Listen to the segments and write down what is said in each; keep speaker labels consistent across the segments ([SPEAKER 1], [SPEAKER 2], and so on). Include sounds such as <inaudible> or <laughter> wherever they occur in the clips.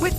[SPEAKER 1] With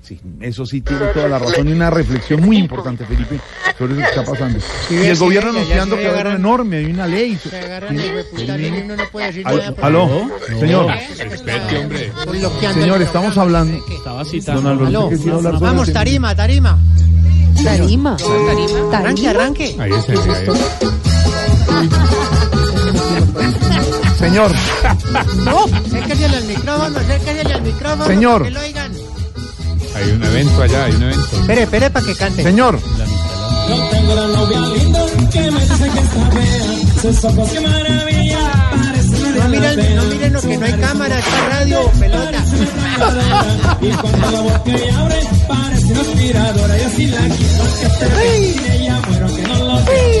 [SPEAKER 2] Sí, eso sí tiene toda la razón y una reflexión muy importante, Felipe, sobre eso que está pasando. Y el gobierno anunciando que va a haber un enorme, hay una ley.
[SPEAKER 3] Se agarran y reputaron y uno no puede decir
[SPEAKER 2] Al-
[SPEAKER 3] nada. porque-
[SPEAKER 2] Aló, señor,
[SPEAKER 4] Respete, hombre.
[SPEAKER 3] Bloqueando
[SPEAKER 2] señor,
[SPEAKER 3] el
[SPEAKER 2] estamos
[SPEAKER 3] programa.
[SPEAKER 2] hablando.
[SPEAKER 4] Estaba
[SPEAKER 2] Don
[SPEAKER 4] citando.
[SPEAKER 2] Álvaro,
[SPEAKER 3] Aló,
[SPEAKER 2] ¿usted quisiera hablar sobre
[SPEAKER 3] vamos,
[SPEAKER 2] ese-
[SPEAKER 3] tarima, tarima.
[SPEAKER 5] Tarima.
[SPEAKER 3] Arranque, arranque.
[SPEAKER 4] Ahí está, ahí está.
[SPEAKER 2] Señor,
[SPEAKER 3] No, acérquesele al micrófono, acérquesele al micrófono.
[SPEAKER 2] Señor.
[SPEAKER 3] Que lo oigan.
[SPEAKER 4] Hay un evento allá, hay un evento.
[SPEAKER 3] Espere, espere para que cante.
[SPEAKER 2] señor,
[SPEAKER 3] No miren, no miren lo que no hay cámara, está radio, pelota.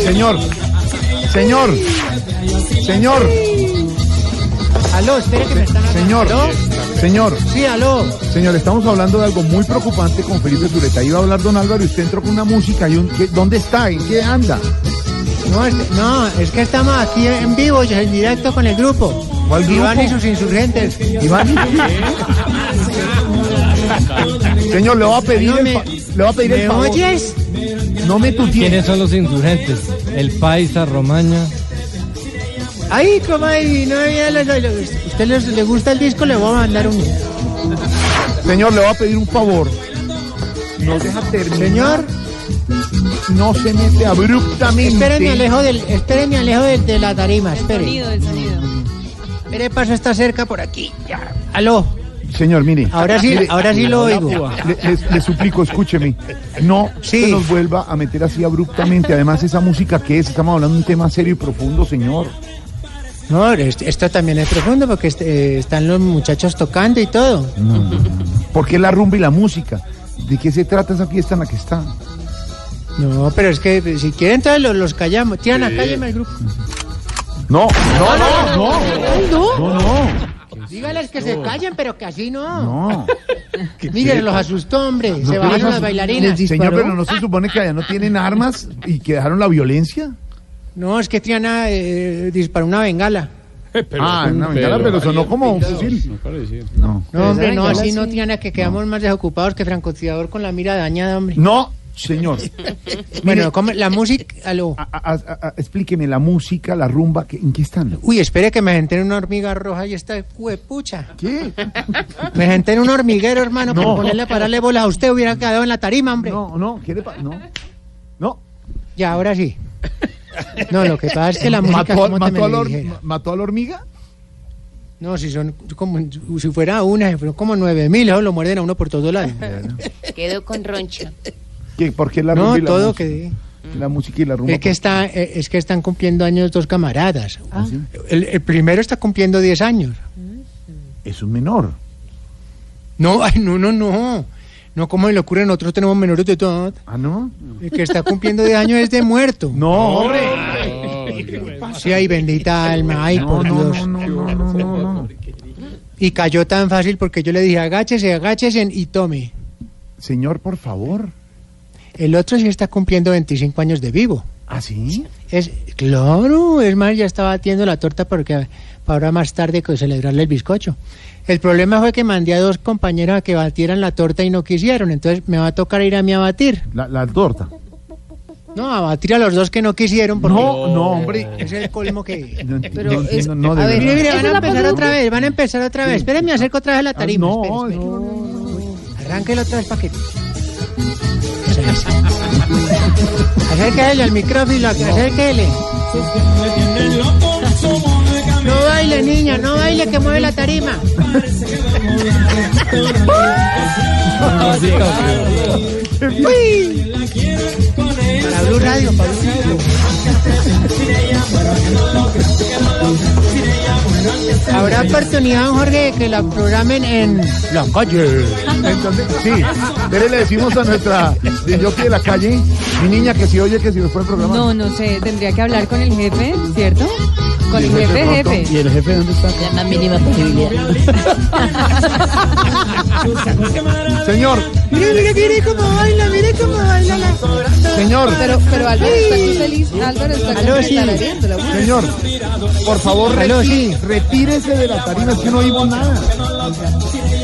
[SPEAKER 2] señor, señor, señor,
[SPEAKER 3] Aló, espere que me están hablando.
[SPEAKER 2] señor,
[SPEAKER 3] Aló,
[SPEAKER 2] señor,
[SPEAKER 3] Sí, aló.
[SPEAKER 2] señor, estamos hablando de algo muy preocupante con Felipe Zuleta. Iba a hablar don Álvaro y usted entró con una música y un... ¿qué- ¿Dónde está? ¿En qué anda?
[SPEAKER 3] No, es, no, es que estamos aquí en vivo, en directo con el grupo.
[SPEAKER 2] ¿Cuál
[SPEAKER 3] Iván y
[SPEAKER 2] grupo?
[SPEAKER 3] sus insurgentes.
[SPEAKER 2] Iván. Señor, le voy a pedir,
[SPEAKER 3] No,
[SPEAKER 2] el,
[SPEAKER 3] me-
[SPEAKER 2] fa- le voy a pedir el
[SPEAKER 3] ¿Me
[SPEAKER 2] favor.
[SPEAKER 3] oyes?
[SPEAKER 2] No me tutienes.
[SPEAKER 6] ¿Quiénes son los insurgentes? El Paisa, Romaña.
[SPEAKER 3] Ay, como ahí, no, ya los- los- usted les, le gusta el disco, le voy a mandar un.
[SPEAKER 2] Señor, le voy a pedir un favor. No deja terminar.
[SPEAKER 3] Señor,
[SPEAKER 2] no se mete abruptamente.
[SPEAKER 3] espérenme alejo del, espérenme alejo del- de la tarima, espere.
[SPEAKER 5] el sonido.
[SPEAKER 3] Espere, paso está cerca por aquí. Ya. Aló,
[SPEAKER 2] Señor, mire.
[SPEAKER 3] ahora sí,
[SPEAKER 2] Mire,
[SPEAKER 3] ahora sí lo oigo.
[SPEAKER 2] Le, le- le suplico, escúcheme. No
[SPEAKER 3] Sí.
[SPEAKER 2] se nos vuelva a meter así abruptamente. Además, esa música que es, estamos hablando de un tema serio y profundo, señor.
[SPEAKER 3] No, es- esto también es profundo porque este, eh, están los muchachos tocando y todo.
[SPEAKER 2] ¿Por qué la rumba y la música? ¿De qué se trata esa fiesta en la que está?
[SPEAKER 3] No, pero es que eh, si quieren, entonces los, los callamos. Tiran a cállame al grupo.
[SPEAKER 2] No, no, no, no. No, no.
[SPEAKER 3] Dígales que se callen, pero que así no.
[SPEAKER 2] No.
[SPEAKER 3] Miguel los asustó, hombre. se bajaron las bailarinas.
[SPEAKER 2] Señor, pero no se supone que allá no tienen armas y que dejaron la violencia.
[SPEAKER 3] No, es que Triana eh, disparó una bengala.
[SPEAKER 2] ah, una bengala, pero, sonó como un fusil. No.
[SPEAKER 3] No, hombre, no, así no, Triana, que quedamos más desocupados que francotirador con la mira dañada, hombre.
[SPEAKER 2] No, señor.
[SPEAKER 3] Bueno, ¿cómo-
[SPEAKER 2] eh,
[SPEAKER 3] la música. aló.
[SPEAKER 2] A- a- a- a- explíqueme la música, la rumba, ¿qué- ¿en qué están?
[SPEAKER 3] Uy, espere que me senté en una hormiga roja y esta huepucha.
[SPEAKER 2] ¿Qué?
[SPEAKER 3] Me senté en un hormiguero, hermano,
[SPEAKER 2] No.
[SPEAKER 3] por ponerle pararle bolas a usted, hubiera quedado en la tarima, hombre.
[SPEAKER 2] No, no, ¿qué le pa- No. No.
[SPEAKER 3] Ya, ahora sí. No, lo que pasa
[SPEAKER 2] <laughs>
[SPEAKER 3] es que la música.
[SPEAKER 2] ¿Mató,
[SPEAKER 3] ¿cómo te
[SPEAKER 2] mató
[SPEAKER 3] me
[SPEAKER 2] a la hor-
[SPEAKER 3] dijera?
[SPEAKER 2] mató a la hormiga?
[SPEAKER 3] No, si son como si fuera una, si fueron como nueve mil, lo muerden a uno por
[SPEAKER 2] <laughs>
[SPEAKER 3] todos lados.
[SPEAKER 5] Quedó con roncha.
[SPEAKER 2] ¿Qué, ¿Por qué la rumba
[SPEAKER 3] No,
[SPEAKER 2] y la
[SPEAKER 3] todo
[SPEAKER 2] música?
[SPEAKER 3] que
[SPEAKER 2] La música y la rumba.
[SPEAKER 3] es que está, eh, es que están cumpliendo años dos camaradas.
[SPEAKER 2] Ah, ¿sí?
[SPEAKER 3] El, el primero está cumpliendo 10 años.
[SPEAKER 2] pues, Es un menor.
[SPEAKER 3] No, ay, no, no, no. No, como le ocurre, nosotros tenemos menores de todo.
[SPEAKER 2] ¿Ah, no?
[SPEAKER 3] El que está cumpliendo 10 años es de muerto.
[SPEAKER 2] No, hombre.
[SPEAKER 3] Sí, ay, bendita alma, ay,
[SPEAKER 2] No,
[SPEAKER 3] por
[SPEAKER 2] no,
[SPEAKER 3] Dios.
[SPEAKER 2] no, no, no, no, no, no.
[SPEAKER 3] Y cayó tan fácil porque yo le dije, agáchese, agáchese y tome.
[SPEAKER 2] Señor, por favor.
[SPEAKER 3] El otro sí está cumpliendo 25 años de vivo.
[SPEAKER 2] ¿Ah, sí?
[SPEAKER 3] Es, claro, es más, ya estaba batiendo la torta porque para más tarde que celebrarle el bizcocho. El problema fue que mandé a dos compañeros a que batieran la torta y no quisieron, entonces me va a tocar ir a mí a batir.
[SPEAKER 2] La, la torta.
[SPEAKER 3] No, a batir a los dos que no quisieron porque
[SPEAKER 2] No, no, hombre.
[SPEAKER 3] es el colmo
[SPEAKER 2] <laughs>
[SPEAKER 3] que...
[SPEAKER 2] No, enti-
[SPEAKER 5] Pero
[SPEAKER 2] no entiendo,
[SPEAKER 5] es-
[SPEAKER 2] no, de
[SPEAKER 5] a ver,
[SPEAKER 3] Mire,
[SPEAKER 2] verdad.
[SPEAKER 3] mire,
[SPEAKER 5] Eso
[SPEAKER 3] van a
[SPEAKER 5] es la
[SPEAKER 3] empezar
[SPEAKER 5] posibilidad.
[SPEAKER 3] otra vez, van a empezar otra vez. Espérenme, me acerco otra vez a la
[SPEAKER 2] Ah,
[SPEAKER 3] tarima.
[SPEAKER 2] no,
[SPEAKER 3] espere, espere.
[SPEAKER 2] no, no,
[SPEAKER 3] Arránquelo otra vez para que... <laughs> Acérquele al micrófono, acérquele. No baile, niña, no baile, que mueve la tarima. Uy. Para Blue Radio, para Blue Radio. Habrá oportunidad, don Jorge, de que la programen en la calle.
[SPEAKER 2] Entonces, sí, pero le decimos a nuestra de jockey de la calle, mi niña que si oye que si nos pone el programa.
[SPEAKER 7] No, no sé, tendría que hablar con el jefe, ¿cierto? Con
[SPEAKER 2] Y
[SPEAKER 7] el
[SPEAKER 2] el
[SPEAKER 7] jefe,
[SPEAKER 2] pronto,
[SPEAKER 7] jefe.
[SPEAKER 2] ¿Y el jefe dónde está?
[SPEAKER 5] La más mínima posibilidad.
[SPEAKER 2] <laughs> Señor,
[SPEAKER 3] Mire, mire, mire cómo baila, mire cómo baila la...
[SPEAKER 2] señor,
[SPEAKER 7] Pero, pero Álvaro está muy feliz. Álvaro está
[SPEAKER 3] Aló,
[SPEAKER 7] como
[SPEAKER 3] sí.
[SPEAKER 7] tarareándola.
[SPEAKER 2] señor, por favor,
[SPEAKER 3] Aló,
[SPEAKER 2] reti-
[SPEAKER 3] sí.
[SPEAKER 2] retírese de la tarima, es que no oímos nada.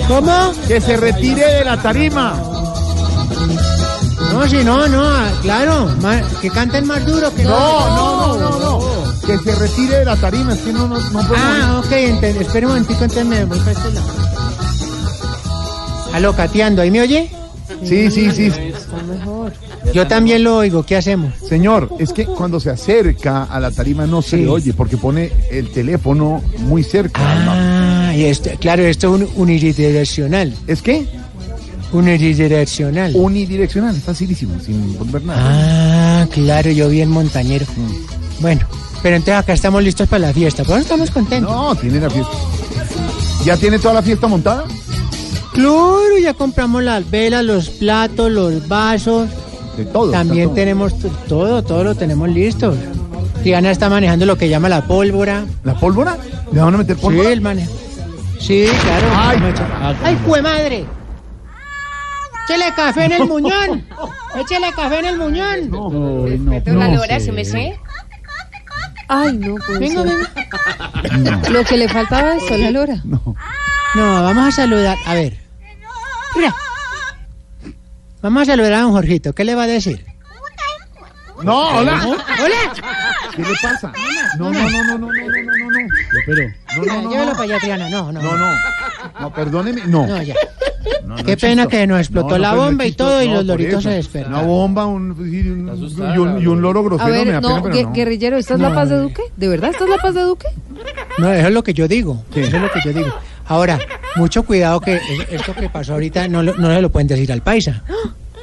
[SPEAKER 3] ¿Cómo?
[SPEAKER 2] Que se retire de la tarima.
[SPEAKER 3] No, si no, no, ah, claro, ma- que canten más duro que...
[SPEAKER 2] No, no, no, no, no. Que se retire de la tarima, es que no, no, no podemos.
[SPEAKER 3] Ah, ok, ente- espera un momentico, entonces me voy para este lado. Aló, cateando, ¿ahí me oye?
[SPEAKER 2] Sí, sí, sí.
[SPEAKER 3] Yo también lo oigo, ¿qué hacemos?
[SPEAKER 2] Señor, es que cuando se acerca a la tarima no se
[SPEAKER 3] Sí.
[SPEAKER 2] le oye porque pone el teléfono muy cerca.
[SPEAKER 3] Ah, y esto, claro, esto es un, unidireccional,
[SPEAKER 2] ¿Es que?
[SPEAKER 3] unidireccional.
[SPEAKER 2] Unidireccional, facilísimo, sin volver nada.
[SPEAKER 3] Ah, claro, yo bien montañero.
[SPEAKER 2] Mm.
[SPEAKER 3] Bueno, pero entonces acá estamos listos para la fiesta, por eso estamos contentos.
[SPEAKER 2] No, tiene la fiesta. ¿Ya tiene toda la fiesta montada?
[SPEAKER 3] Claro, ya compramos las velas, los platos, los vasos.
[SPEAKER 2] De todo.
[SPEAKER 3] También
[SPEAKER 2] está todo.
[SPEAKER 3] tenemos t- todo, todo lo tenemos listo. Diana está manejando lo que llama la pólvora.
[SPEAKER 2] ¿La pólvora? ¿Le van a meter
[SPEAKER 3] Sí,
[SPEAKER 2] pólvora?
[SPEAKER 3] el manejo. Sí, claro. Ah,
[SPEAKER 2] Ay.
[SPEAKER 3] no, cha- ¡Ay, jue madre! ¡Échale café en el muñón! ¡Échale café en el muñón!
[SPEAKER 2] Ay, no.
[SPEAKER 5] La lora se me sé.
[SPEAKER 7] Ay, no, pues.
[SPEAKER 3] Venga, venga.
[SPEAKER 7] Lo que le faltaba es solo la lora.
[SPEAKER 3] No, vamos a saludar. A ver. Mira. Vamos a saludar a don Jorgito. ¿Qué le va a decir?
[SPEAKER 2] No, hola.
[SPEAKER 3] ¡Hola!
[SPEAKER 2] ¿Qué le pasa? No, no, no, no, no, no, no, no, no. Pero. No, no, no.
[SPEAKER 3] Llévalo para allá, Triana. No, no.
[SPEAKER 2] No,
[SPEAKER 3] No,
[SPEAKER 2] no. No, perdóneme. No.
[SPEAKER 3] no ya.
[SPEAKER 2] No, no
[SPEAKER 3] Qué
[SPEAKER 2] es
[SPEAKER 3] pena
[SPEAKER 2] chistoso.
[SPEAKER 3] que nos explotó la
[SPEAKER 2] pues,
[SPEAKER 3] bomba y
[SPEAKER 2] es chistoso.
[SPEAKER 3] todo, y los
[SPEAKER 2] por
[SPEAKER 3] loritos
[SPEAKER 2] eso.
[SPEAKER 3] se despertaron.
[SPEAKER 2] Una bomba, un, y un- y, un, y un loro grosero
[SPEAKER 7] A
[SPEAKER 2] me da
[SPEAKER 7] ver,
[SPEAKER 2] pena,
[SPEAKER 7] no,
[SPEAKER 2] pero
[SPEAKER 7] gue-
[SPEAKER 2] no.
[SPEAKER 7] guerrillero, ¿esta es la paz de Duque? ¿De verdad esta es la paz de Duque?
[SPEAKER 3] No, eso es lo que yo digo. Eso es lo que yo digo. Ahora, mucho cuidado que es- esto que pasó ahorita no, lo- no se lo pueden decir al paisa.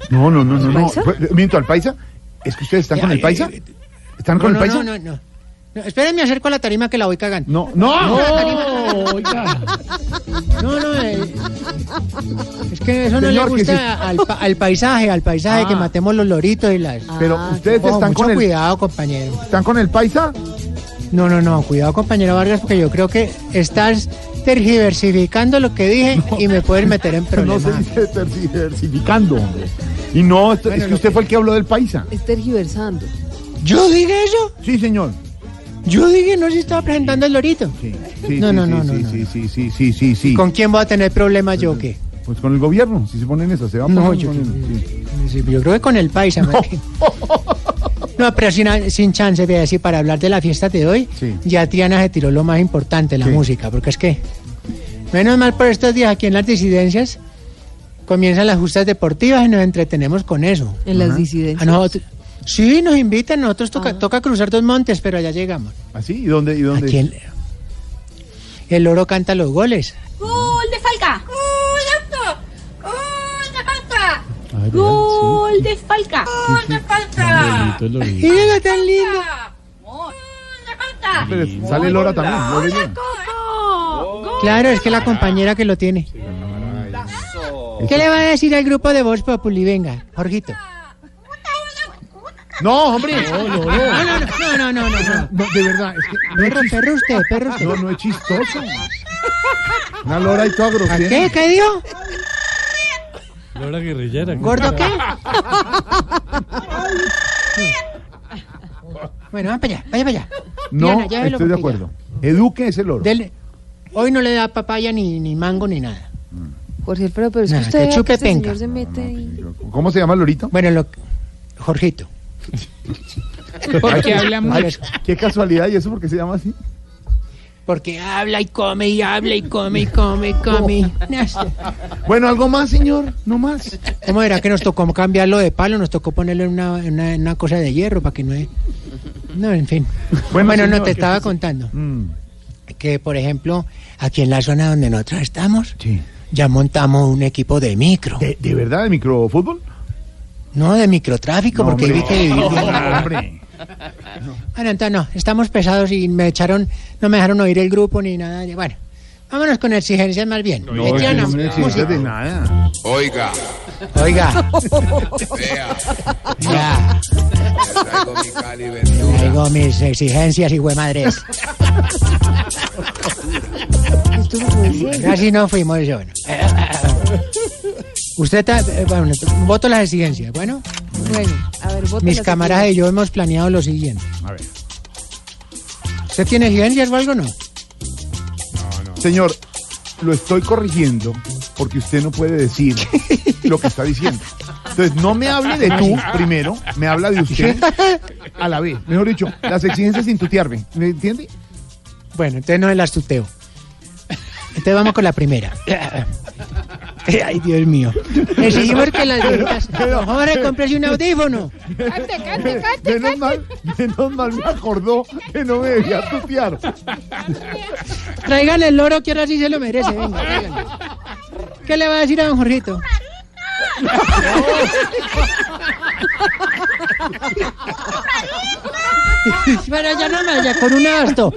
[SPEAKER 2] No, no, no, no, no.
[SPEAKER 7] paisa?
[SPEAKER 2] Fue- Miento, ¿al paisa? ¿Es que ustedes están con el paisa? ¿Están
[SPEAKER 3] No,
[SPEAKER 2] con el
[SPEAKER 3] no,
[SPEAKER 2] paisa?
[SPEAKER 3] no, no, no. No, Espérenme, acerco a la tarima que la voy cagando.
[SPEAKER 2] No, no.
[SPEAKER 3] No, no, eh, es que eso no
[SPEAKER 2] Señor, que
[SPEAKER 3] le gusta
[SPEAKER 2] sí.
[SPEAKER 3] al, pa- al paisaje, al paisaje que matemos los loritos y las... Ah,
[SPEAKER 2] Pero ustedes
[SPEAKER 3] Ojo,
[SPEAKER 2] están
[SPEAKER 3] mucho
[SPEAKER 2] con el
[SPEAKER 3] cuidado, compañero.
[SPEAKER 2] están con el paisa?
[SPEAKER 3] No, no, no, cuidado, compañero Vargas, porque yo creo que estás tergiversificando lo que dije y me puedes meter
[SPEAKER 2] <laughs>
[SPEAKER 3] en
[SPEAKER 2] No
[SPEAKER 3] problemas.
[SPEAKER 2] se dice tersi- diversificando, hombre. Y no, esto- es que usted fue el que habló del paisa.
[SPEAKER 7] Es tergiversando.
[SPEAKER 3] ¿Yo dije eso?
[SPEAKER 2] Sí, señor.
[SPEAKER 3] Yo dije, no se estaba presentando el lorito.
[SPEAKER 2] Sí, sí,
[SPEAKER 3] No,
[SPEAKER 2] sí,
[SPEAKER 3] no,
[SPEAKER 2] sí,
[SPEAKER 3] no, no,
[SPEAKER 2] sí,
[SPEAKER 3] no.
[SPEAKER 2] sí, sí, sí, sí, sí, sí.
[SPEAKER 3] ¿Con quién voy a tener problemas yo o qué?
[SPEAKER 2] Pues con el gobierno, si se ponen eso, se va a
[SPEAKER 3] No,
[SPEAKER 2] poner
[SPEAKER 3] yo-
[SPEAKER 2] con el- sí.
[SPEAKER 3] Sí, Yo creo que con el paisa. No, no pero sin, sin chance de decir, para hablar de la fiesta de hoy,
[SPEAKER 2] Sí.
[SPEAKER 3] ya Triana se tiró lo más importante, la
[SPEAKER 2] ¿Qué?
[SPEAKER 3] música, porque es que, menos mal por estos días aquí en las disidencias, comienzan las justas deportivas y nos entretenemos con eso.
[SPEAKER 7] En las
[SPEAKER 3] A
[SPEAKER 7] disidencias.
[SPEAKER 3] nosotros, sí, nos invitan, nosotros toca, toca cruzar dos montes, pero allá llegamos.
[SPEAKER 2] ¿Así? ¿Y dónde? ¿Y dónde?
[SPEAKER 3] Aquí el, el loro canta los goles.
[SPEAKER 8] Gol de Falca. Gol de Falca. Gol de Falca. Gol de Falca. Gol de Falca.
[SPEAKER 3] Y llega tan lindo.
[SPEAKER 8] Gol de Falca.
[SPEAKER 2] Pero sale Lora también. Lora y yo.
[SPEAKER 3] Claro, es que la compañera que lo tiene. ¿Qué le va a decir al grupo de Voz Populi? Venga, Jorgito.
[SPEAKER 2] No, hombre. No, no, no.
[SPEAKER 3] No, no, no, no, no, no, no.
[SPEAKER 2] No, de verdad, es que no
[SPEAKER 3] Perro,
[SPEAKER 2] es, chis-
[SPEAKER 3] perro usted, perro usted.
[SPEAKER 2] no, no es chistoso. Una lora y todo grosera.
[SPEAKER 3] ¿Qué? ¿Qué dijo?
[SPEAKER 6] Lora guerrillera.
[SPEAKER 2] <laughs>
[SPEAKER 3] ¿Gordo qué? Bueno, vaya para allá, vaya para allá.
[SPEAKER 2] No,
[SPEAKER 3] Diana, llévelo
[SPEAKER 2] estoy de
[SPEAKER 3] porque
[SPEAKER 2] acuerdo. Eduque ese loro.
[SPEAKER 3] Dele- Hoy no le da papaya ni, ni mango ni nada.
[SPEAKER 7] Ah, Jorge Alfredo, pero es que
[SPEAKER 3] Nah,
[SPEAKER 7] usted
[SPEAKER 3] que
[SPEAKER 7] vea
[SPEAKER 3] chupe
[SPEAKER 7] este
[SPEAKER 3] penca.
[SPEAKER 7] señor se mete ahí.
[SPEAKER 2] ¿Cómo se llama el lorito?
[SPEAKER 3] Bueno, lo... Jorgito.
[SPEAKER 4] Porque habla
[SPEAKER 3] Ay,
[SPEAKER 4] mucho.
[SPEAKER 3] es-
[SPEAKER 2] Qué casualidad, ¿y eso por qué se llama así?
[SPEAKER 3] Porque habla y come y habla y come y come y come.
[SPEAKER 2] Bueno, ¿algo más, señor? ¿No más?
[SPEAKER 3] <laughs> ¿Cómo era que nos tocó cambiarlo de palo? Nos tocó ponerle una, una, una cosa de hierro para que no... No, en fin.
[SPEAKER 2] Bueno,
[SPEAKER 3] Bueno,
[SPEAKER 2] señor,
[SPEAKER 3] no, te
[SPEAKER 2] ¿qué
[SPEAKER 3] estaba
[SPEAKER 2] pasa?
[SPEAKER 3] contando
[SPEAKER 2] Mm,
[SPEAKER 3] que, por ejemplo, aquí en la zona donde nosotros estamos,
[SPEAKER 2] sí.
[SPEAKER 3] ya montamos un equipo de micro.
[SPEAKER 2] ¿De, de verdad, de microfútbol?
[SPEAKER 3] No, de microtráfico,
[SPEAKER 2] No,
[SPEAKER 3] porque
[SPEAKER 2] hombre.
[SPEAKER 3] vi que
[SPEAKER 2] <laughs>
[SPEAKER 3] vivir bien.
[SPEAKER 2] No, hombre.
[SPEAKER 3] Bueno, entonces no, estamos pesados y me echaron, no me dejaron oír el grupo ni nada. Bueno, Vámonos con exigencias más bien. Etiana,
[SPEAKER 2] no me exiges de nada.
[SPEAKER 9] Oiga,
[SPEAKER 3] Oiga,
[SPEAKER 9] vea,
[SPEAKER 3] ya,
[SPEAKER 9] le traigo mi Cali Ventura.
[SPEAKER 3] traigo mis exigencias y madres.
[SPEAKER 7] Esto no puede ser.
[SPEAKER 3] Casi no fuimos, yo, bueno. Usted ta- eh, bueno, voto las exigencias, bueno.
[SPEAKER 7] Bueno, a ver, vota
[SPEAKER 3] Mis
[SPEAKER 7] la que
[SPEAKER 3] camaradas y yo hemos planeado lo siguiente.
[SPEAKER 2] A ver.
[SPEAKER 3] ¿Usted tiene exigencias o algo no?
[SPEAKER 2] Señor, lo estoy corrigiendo porque usted no puede decir lo que está diciendo. Entonces, no me hable de tú primero, me habla de usted a la vez. Mejor dicho, las exigencias sin tutearme. ¿Me entiende?
[SPEAKER 3] Bueno, entonces no me las tuteo. Entonces vamos con la primera. Ay, Dios mío. Exigimos que las viejitas. Hombre, cómprese un audífono.
[SPEAKER 7] Cante, cante, cante,
[SPEAKER 2] Menos
[SPEAKER 7] cante.
[SPEAKER 2] mal, menos mal me acordó que no me debía tutear.
[SPEAKER 3] Traigan el loro que ahora sí se lo
[SPEAKER 2] <laughs>
[SPEAKER 3] merece. Venga, tráiganlo. ¿Qué le va a decir a don Jorrito? bueno, ya no más, ya con un abasto.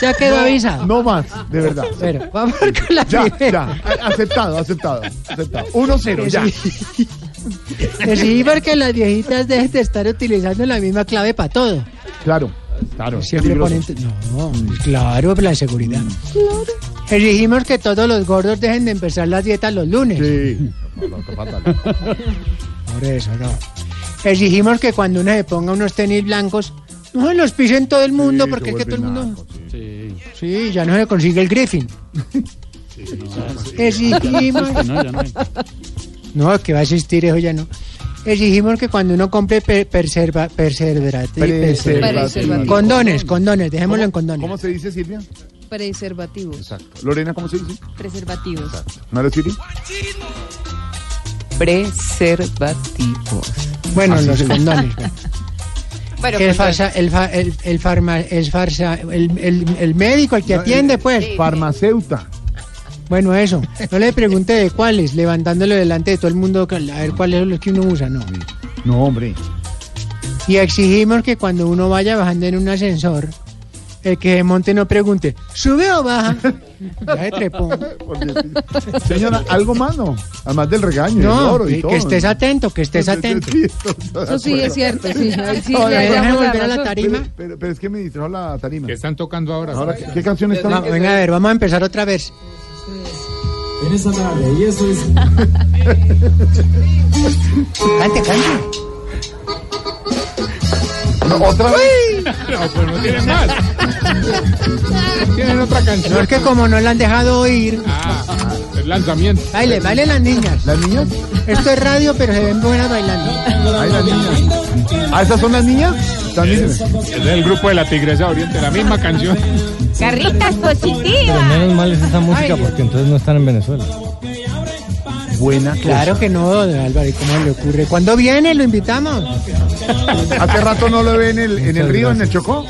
[SPEAKER 3] Ya quedó avisado.
[SPEAKER 2] No más, de verdad.
[SPEAKER 3] Bueno, vamos con la
[SPEAKER 2] Ya,
[SPEAKER 3] primera.
[SPEAKER 2] ya, a- aceptado, aceptado, aceptado. 1-0, ya.
[SPEAKER 3] Pues Sí, porque las viejitas dejen de estar utilizando la misma clave para todo.
[SPEAKER 2] Claro, claro.
[SPEAKER 3] Siempre
[SPEAKER 2] peligroso.
[SPEAKER 3] ponen. No, claro, la seguridad.
[SPEAKER 2] Mm.
[SPEAKER 3] Exigimos que todos los gordos dejen de empezar las dietas los lunes.
[SPEAKER 2] Sí. Fatal, fatal.
[SPEAKER 3] Por eso, no. Exigimos que cuando uno se ponga unos tenis blancos, no se los pisen todo el mundo,
[SPEAKER 2] Sí, se
[SPEAKER 3] porque es que todo el
[SPEAKER 2] vuelve
[SPEAKER 3] mundo.
[SPEAKER 2] naco, sí.
[SPEAKER 6] Sí.
[SPEAKER 3] Sí, ya no se consigue el Griffin. Exigimos.
[SPEAKER 6] No, ya no hay.
[SPEAKER 3] No, que va a existir eso ya no. Exigimos que cuando uno compre per perserva- perseverati- perser-
[SPEAKER 7] Preservativo.
[SPEAKER 3] Condones, condones, dejémoslo en
[SPEAKER 2] ¿Cómo-
[SPEAKER 3] condones.
[SPEAKER 2] ¿Cómo se dice, Silvia?
[SPEAKER 7] Preservativos.
[SPEAKER 2] Exacto. Lorena, ¿cómo se dice?
[SPEAKER 5] Preservativos.
[SPEAKER 2] ¿No lo Silvia?
[SPEAKER 7] Preservativos.
[SPEAKER 2] Ah,
[SPEAKER 3] Bueno, los condones. bueno.
[SPEAKER 5] Bueno,
[SPEAKER 3] el,
[SPEAKER 5] pues,
[SPEAKER 3] farsa- el, fa- el, el farma- el farsa- el- el- el médico, el que
[SPEAKER 2] No,
[SPEAKER 3] atiende,
[SPEAKER 2] el-
[SPEAKER 3] pues.
[SPEAKER 2] Farmaceuta.
[SPEAKER 3] Bueno, eso. No le pregunte de cuáles, levantándolo delante de todo el mundo a ver cuáles son los que uno usa, no.
[SPEAKER 2] No, hombre.
[SPEAKER 3] Y exigimos que cuando uno vaya bajando en un ascensor, el que se monte no pregunte, ¿sube o baja? Ya se
[SPEAKER 2] <laughs>
[SPEAKER 3] trepó.
[SPEAKER 2] Señora, ¿algo más no? Además del regaño, el
[SPEAKER 3] No, eh,
[SPEAKER 2] oro y
[SPEAKER 3] que,
[SPEAKER 2] todo.
[SPEAKER 3] que estés atento, que estés atento.
[SPEAKER 7] Eso sí es cierto, sí. Ahí sí,
[SPEAKER 2] Oye,
[SPEAKER 7] le
[SPEAKER 3] déjame
[SPEAKER 7] damos la
[SPEAKER 3] volver a la
[SPEAKER 7] razón.
[SPEAKER 3] tarea.
[SPEAKER 2] Pero,
[SPEAKER 3] Prima.
[SPEAKER 2] pero- pero es que me distrajo la tarima.
[SPEAKER 4] ¿Qué están tocando ahora?
[SPEAKER 2] Ahora, ¿qué, qué canción está?
[SPEAKER 3] Vamos, venga, a ver, vamos a empezar otra vez. En esa nave, y eso es... Cante, cante.
[SPEAKER 2] No, ¿Otra vez?
[SPEAKER 4] No, pues no tienen más. Tienen otra
[SPEAKER 3] No
[SPEAKER 4] canción.
[SPEAKER 3] es que como no la han dejado oír,
[SPEAKER 4] Ah, el lanzamiento.
[SPEAKER 3] baile, baile las niñas.
[SPEAKER 2] ¿Las niñas?
[SPEAKER 3] Esto es radio, pero se ven buenas bailando.
[SPEAKER 2] Ah, Ahí las niñas. ¿Ah, esas son las niñas? También.
[SPEAKER 4] Es del grupo de la Tigresa Oriente, la misma canción.
[SPEAKER 8] Carritas
[SPEAKER 6] Pero
[SPEAKER 8] positivas.
[SPEAKER 6] menos mal es esa música
[SPEAKER 3] Ay,
[SPEAKER 6] porque entonces no están en Venezuela.
[SPEAKER 2] Buena
[SPEAKER 3] Claro que no, don Álvaro, ¿y ¿cómo le ocurre? ¿Cuándo viene? Lo invitamos.
[SPEAKER 2] Hace rato no lo ve en el, en el río, en el Chocó.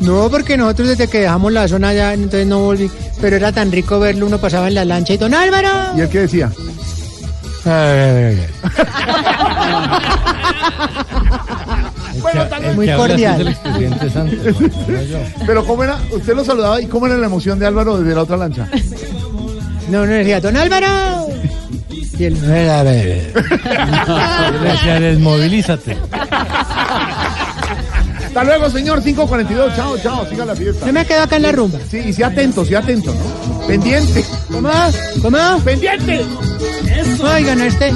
[SPEAKER 3] No, porque nosotros desde que dejamos la zona ya, entonces no volví. Pero era tan rico verlo, uno pasaba en la lancha y don Álvaro.
[SPEAKER 2] ¿Y él qué decía?
[SPEAKER 6] Bueno,
[SPEAKER 3] Muy cordial. <laughs>
[SPEAKER 2] Pero ¿cómo era? Usted lo saludaba y ¿cómo era la emoción de Álvaro desde la otra lancha?
[SPEAKER 3] No, no decía, don Álvaro. Y él, no era bebé.
[SPEAKER 6] Gracias, desmovilízate.
[SPEAKER 2] Hasta luego, señor. 5.42. Chao, chao. Siga la fiesta.
[SPEAKER 3] Yo me quedo acá en la rumba.
[SPEAKER 2] Sí, y sea atento, sea atento, ¿no? Pendiente.
[SPEAKER 3] ¿Cómo? ¿Cómo?
[SPEAKER 2] Pendiente.
[SPEAKER 3] Oigan, este...